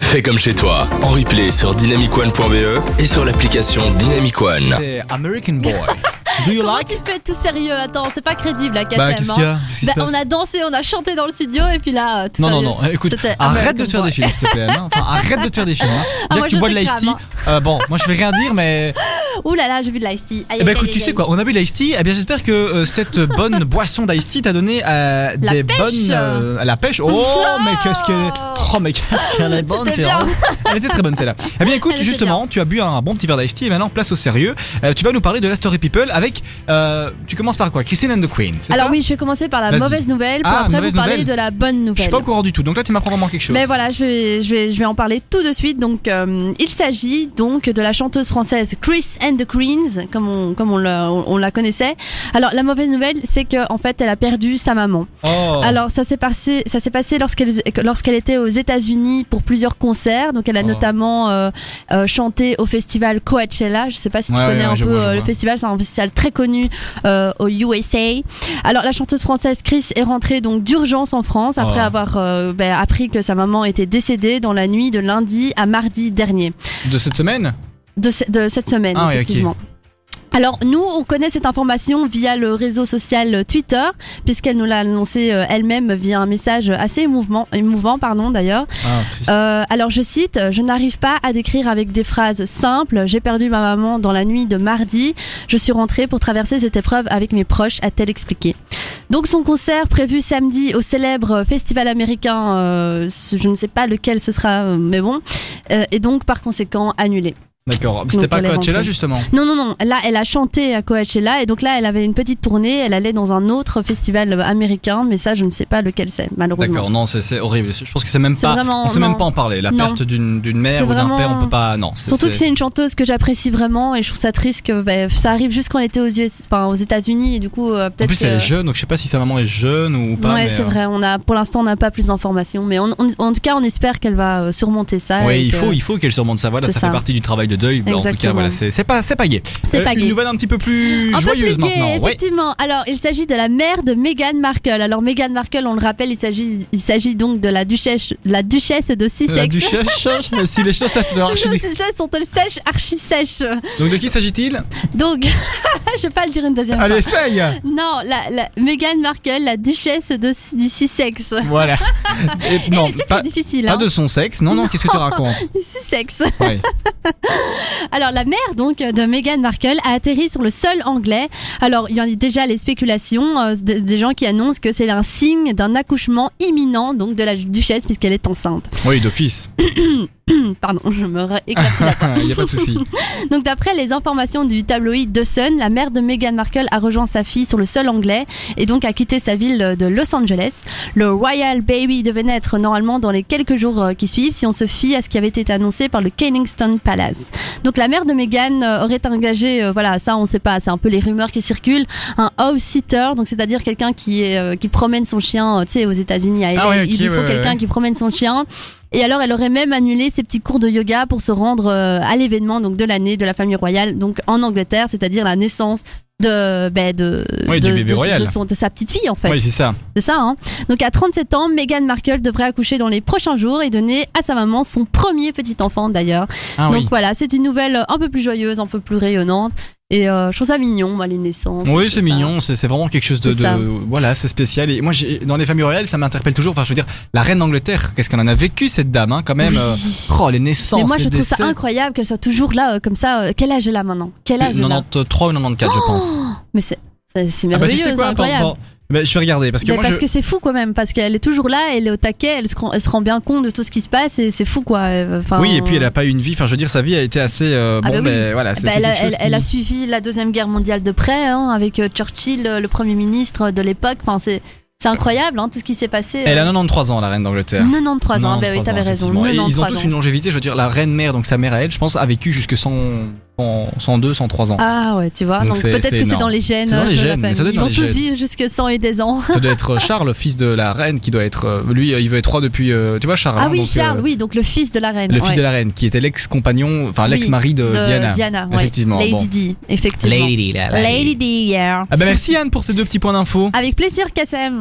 Fais comme chez toi, en replay sur dynamicone.be E et sur l'application Dynamic One. C'est American Boy. Do you Comment like? tu fais tout sérieux Attends, c'est pas crédible la KSM. Bah, qu'est-ce qu'il y a? Qu'est-ce qui se Bah, passe on a dansé, on a chanté dans le studio et puis là, euh, tout Non, non, sérieux. non, eh, écoute, C'était arrête American de te faire Boy. des films, s'il te plaît. hein. Enfin, arrête de te faire des films. hein. Ah, Déjà moi, que tu je bois de t'écrase, l'ice tea, hein. euh, bon, moi je vais rien dire, mais. Ouh là là, j'ai vu de l'ice tea. Aïe, Eh ben aïe, écoute, aïe, tu aïe, sais quoi, on a bu de l'ice tea, eh bien j'espère que euh, cette bonne boisson d'ice tea t'a donné euh, La des pêche. bonnes. euh, à la pêche Oh, mais qu'est-ce qu'elle est. Oh, mais qu'est-ce qu'elle est bonne, C'était Pierrot. Elle était très bonne celle-là. Eh bien écoute, Elle était justement, tu as bu un bon petit verre d'ice tea et maintenant place au sérieux. Euh, tu vas nous parler de la Story People avec. euh, tu commences par quoi Christine and the Queen, c'est Alors ça oui, je vais commencer par la Vas-y. mauvaise nouvelle pour Ah, après mauvaise vous parler nouvelle. de la bonne Je nouvelle. suis pas au courant du tout, donc là tu m'apprends vraiment quelque chose. Mais voilà, je vais, je, vais, je vais en parler tout de suite. Donc, euh, il s'agit donc de la chanteuse française Chris and the Queens, comme on, comme on, la, on, on la connaissait. Alors, la mauvaise nouvelle, c'est que en fait, elle a perdu sa maman. Oh. Alors, ça s'est passé, ça s'est passé lorsqu'elle, lorsqu'elle était aux États-Unis pour plusieurs concerts. Donc, elle a Oh. notamment euh, euh, chanté au festival Coachella. Je sais pas si tu Ouais, connais ouais, un je peu vois, je euh, le vois. festival, c'est un festival très connu euh, aux USA. Alors, la chanteuse française Chris est rentrée donc d'urgence en France après Oh. avoir euh, ben, appris que sa maman était décédée dans la nuit de lundi à mardi dernier De cette semaine de, ce- de cette semaine, Ah oui, effectivement. Alors nous, on connaît cette information via le réseau social Twitter, puisqu'elle nous l'a annoncé euh, elle-même via un message assez émouvant, émouvant pardon d'ailleurs. Ah, triste. Euh, alors je cite, je n'arrive pas à décrire avec des phrases simples. J'ai perdu ma maman dans la nuit de mardi. Je suis rentrée pour traverser cette épreuve avec mes proches, a-t-elle expliqué. Donc son concert prévu samedi au célèbre festival américain, euh, ce- je ne sais pas lequel ce sera, euh, mais bon, euh, est donc par conséquent annulé. D'accord. C'était Donc, pas elle est Coachella rentrée. justement Non, non, non. Là, elle a chanté à Coachella et donc là, elle avait une petite tournée. Elle allait dans un autre festival américain, mais ça, je ne sais pas lequel c'est, malheureusement. D'accord, non, c'est- c'est horrible. Je pense que c'est même C'est pas. vraiment- on sait même non. pas en parler. La Non. perte d'une d'une mère C'est ou d'un vraiment- père, on peut pas. Non. c'est- Surtout que c'est- c'est une chanteuse que j'apprécie vraiment et je trouve ça triste que bah, ça arrive juste quand elle était aux, US, enfin, aux États-Unis et du coup, euh, En peut-être. plus, elle que- est jeune, donc je sais pas si sa maman est jeune ou pas. ouais, mais, c'est euh, vrai. On a, pour l'instant, on n'a pas plus d'informations, mais on- on- en tout cas, on espère qu'elle va euh, surmonter ça. ouais, et il que- faut, il faut qu'elle surmonte ça. Voilà, C'est ça, ça. fait partie du travail de deuil. Bah, en tout cas, Exactement. voilà, c'est c'est pas, c'est pas gay. C'est Euh, pas Une gay. nouvelle un petit peu plus Un peu plus joyeuse gay, maintenant. Ouais. effectivement. Alors, il s'agit de la mère de Meghan Markle. Alors, Meghan Markle, on le rappelle, il s'agit, il s'agit donc de la duchesse, la duchesse de Sussex. La duchesse, change, si les choses ça fait de Les l'archi- choses sèches sont elles sèches, archi sèches. Donc de qui s'agit-il Donc, je vais pas le dire une deuxième Allez, fois. essaye Non, la, la Meghan Markle, la duchesse de, du Sussex. Voilà. Et Eh, non, mais tu sais que pas, c'est difficile, pas hein, de son sexe. Non, non, qu'est-ce que tu racontes du Sussex. Ouais. Alors, la mère donc de Meghan Markle a atterri sur le sol anglais. Alors, il y en a déjà les spéculations euh, de- des gens qui annoncent que c'est un signe d'un accouchement imminent donc de la duchesse puisqu'elle est enceinte. Oui, d'office. Pardon, je me éclaircis Ah, la Il n'y a pas de souci. Donc d'après les informations du tabloïd The Sun, la mère de Meghan Markle a rejoint sa fille sur le sol anglais et donc a quitté sa ville de Los Angeles. Le Royal Baby devait naître normalement dans les quelques jours euh, qui suivent si on se fie à ce qui avait été annoncé par le Kensington Palace. Donc la mère de Meghan euh, aurait engagé, euh, voilà ça on sait pas, c'est un peu les rumeurs qui circulent, un house sitter, donc c'est-à-dire quelqu'un qui est euh, qui promène son chien, euh, tu sais aux États-Unis à LA, Ah ouais, ok, il lui faut ouais, quelqu'un ouais. qui promène son chien. Et alors, elle aurait même annulé ses petits cours de yoga pour se rendre euh, à l'événement donc de l'année de la famille royale, donc en Angleterre, c'est-à-dire la naissance de ben, de, Oui, de, du bébé de- royal. de son- de sa petite fille en fait. Oui, c'est ça. C'est ça. Hein donc à 37 ans, Meghan Markle devrait accoucher dans les prochains jours et donner à sa maman son premier petit enfant d'ailleurs. Ah donc oui. voilà, c'est une nouvelle un peu plus joyeuse, un peu plus rayonnante. Et euh, je trouve ça mignon, moi, les naissances. et Oui, tout c'est ça. mignon, c'est c'est vraiment quelque chose de, C'est de- ça. voilà, c'est spécial. Et moi, j'ai- dans les familles royales, ça m'interpelle toujours. Enfin, je veux dire, la reine d'Angleterre, qu'est-ce qu'elle en a vécu cette dame, hein, quand même. Oui. euh, oh, les naissances. Mais moi, les je trouve ça décès. incroyable qu'elle soit toujours là, euh, comme ça. euh, quel âge elle a maintenant Quel âge elle a 93 ou 94, je pense. Mais c'est c'est- c'est Ah bah, tu merveilleux, sais c'est quoi, Oh, incroyable. bon, bon, bah, je vais regarder parce que Mais moi, parce je- que c'est fou quand même, parce qu'elle est toujours là, elle est au taquet, elle se, rend- elle se rend bien compte de tout ce qui se passe et c'est fou quoi. euh, Enfin, oui, et puis elle a pas eu une vie. Enfin, je veux dire, sa vie a été assez. euh, Ah bon, bah oui. mais voilà, c'est bah, c'est elle, a- quelque chose elle- elle a qui- suivi la deuxième guerre mondiale de près hein, avec euh, Churchill, euh, le premier ministre de l'époque. Enfin, c'est c'est incroyable hein, tout ce qui s'est passé. Elle a euh, 93 ans, la reine d'Angleterre. 93 ans. Ah bah oui, 93 t'avais ans, raison. effectivement. Et ils ont 93 tous ans. une longévité. Je veux dire, la reine mère, donc sa mère à elle, je pense, a vécu jusque 100, 102, 103 ans. Ah ouais, tu vois. Donc Donc, c'est- peut-être c'est que c'est énorme. dans les gènes. C'est dans euh, les de la gènes, mais ça doit famille. être Ils dans vont les tous gènes. vivre jusqu'à 100 et des ans. Ça doit être euh, Charles, le fils de la reine, qui doit être. euh, Lui, euh, il veut être roi depuis. euh, Tu vois, Charles. Ah hein, oui, donc, euh, Charles, oui, donc le fils de la reine. Le ouais. fils de la reine, qui était l'ex-compagnon, enfin Oui, l'ex-mari de, de Diana. ouais. Effectivement, Lady bon. Di, effectivement. Di, la- la- Lady Di, yeah. Ah bah merci Anne pour ces deux petits points d'info. Avec plaisir, Kassem.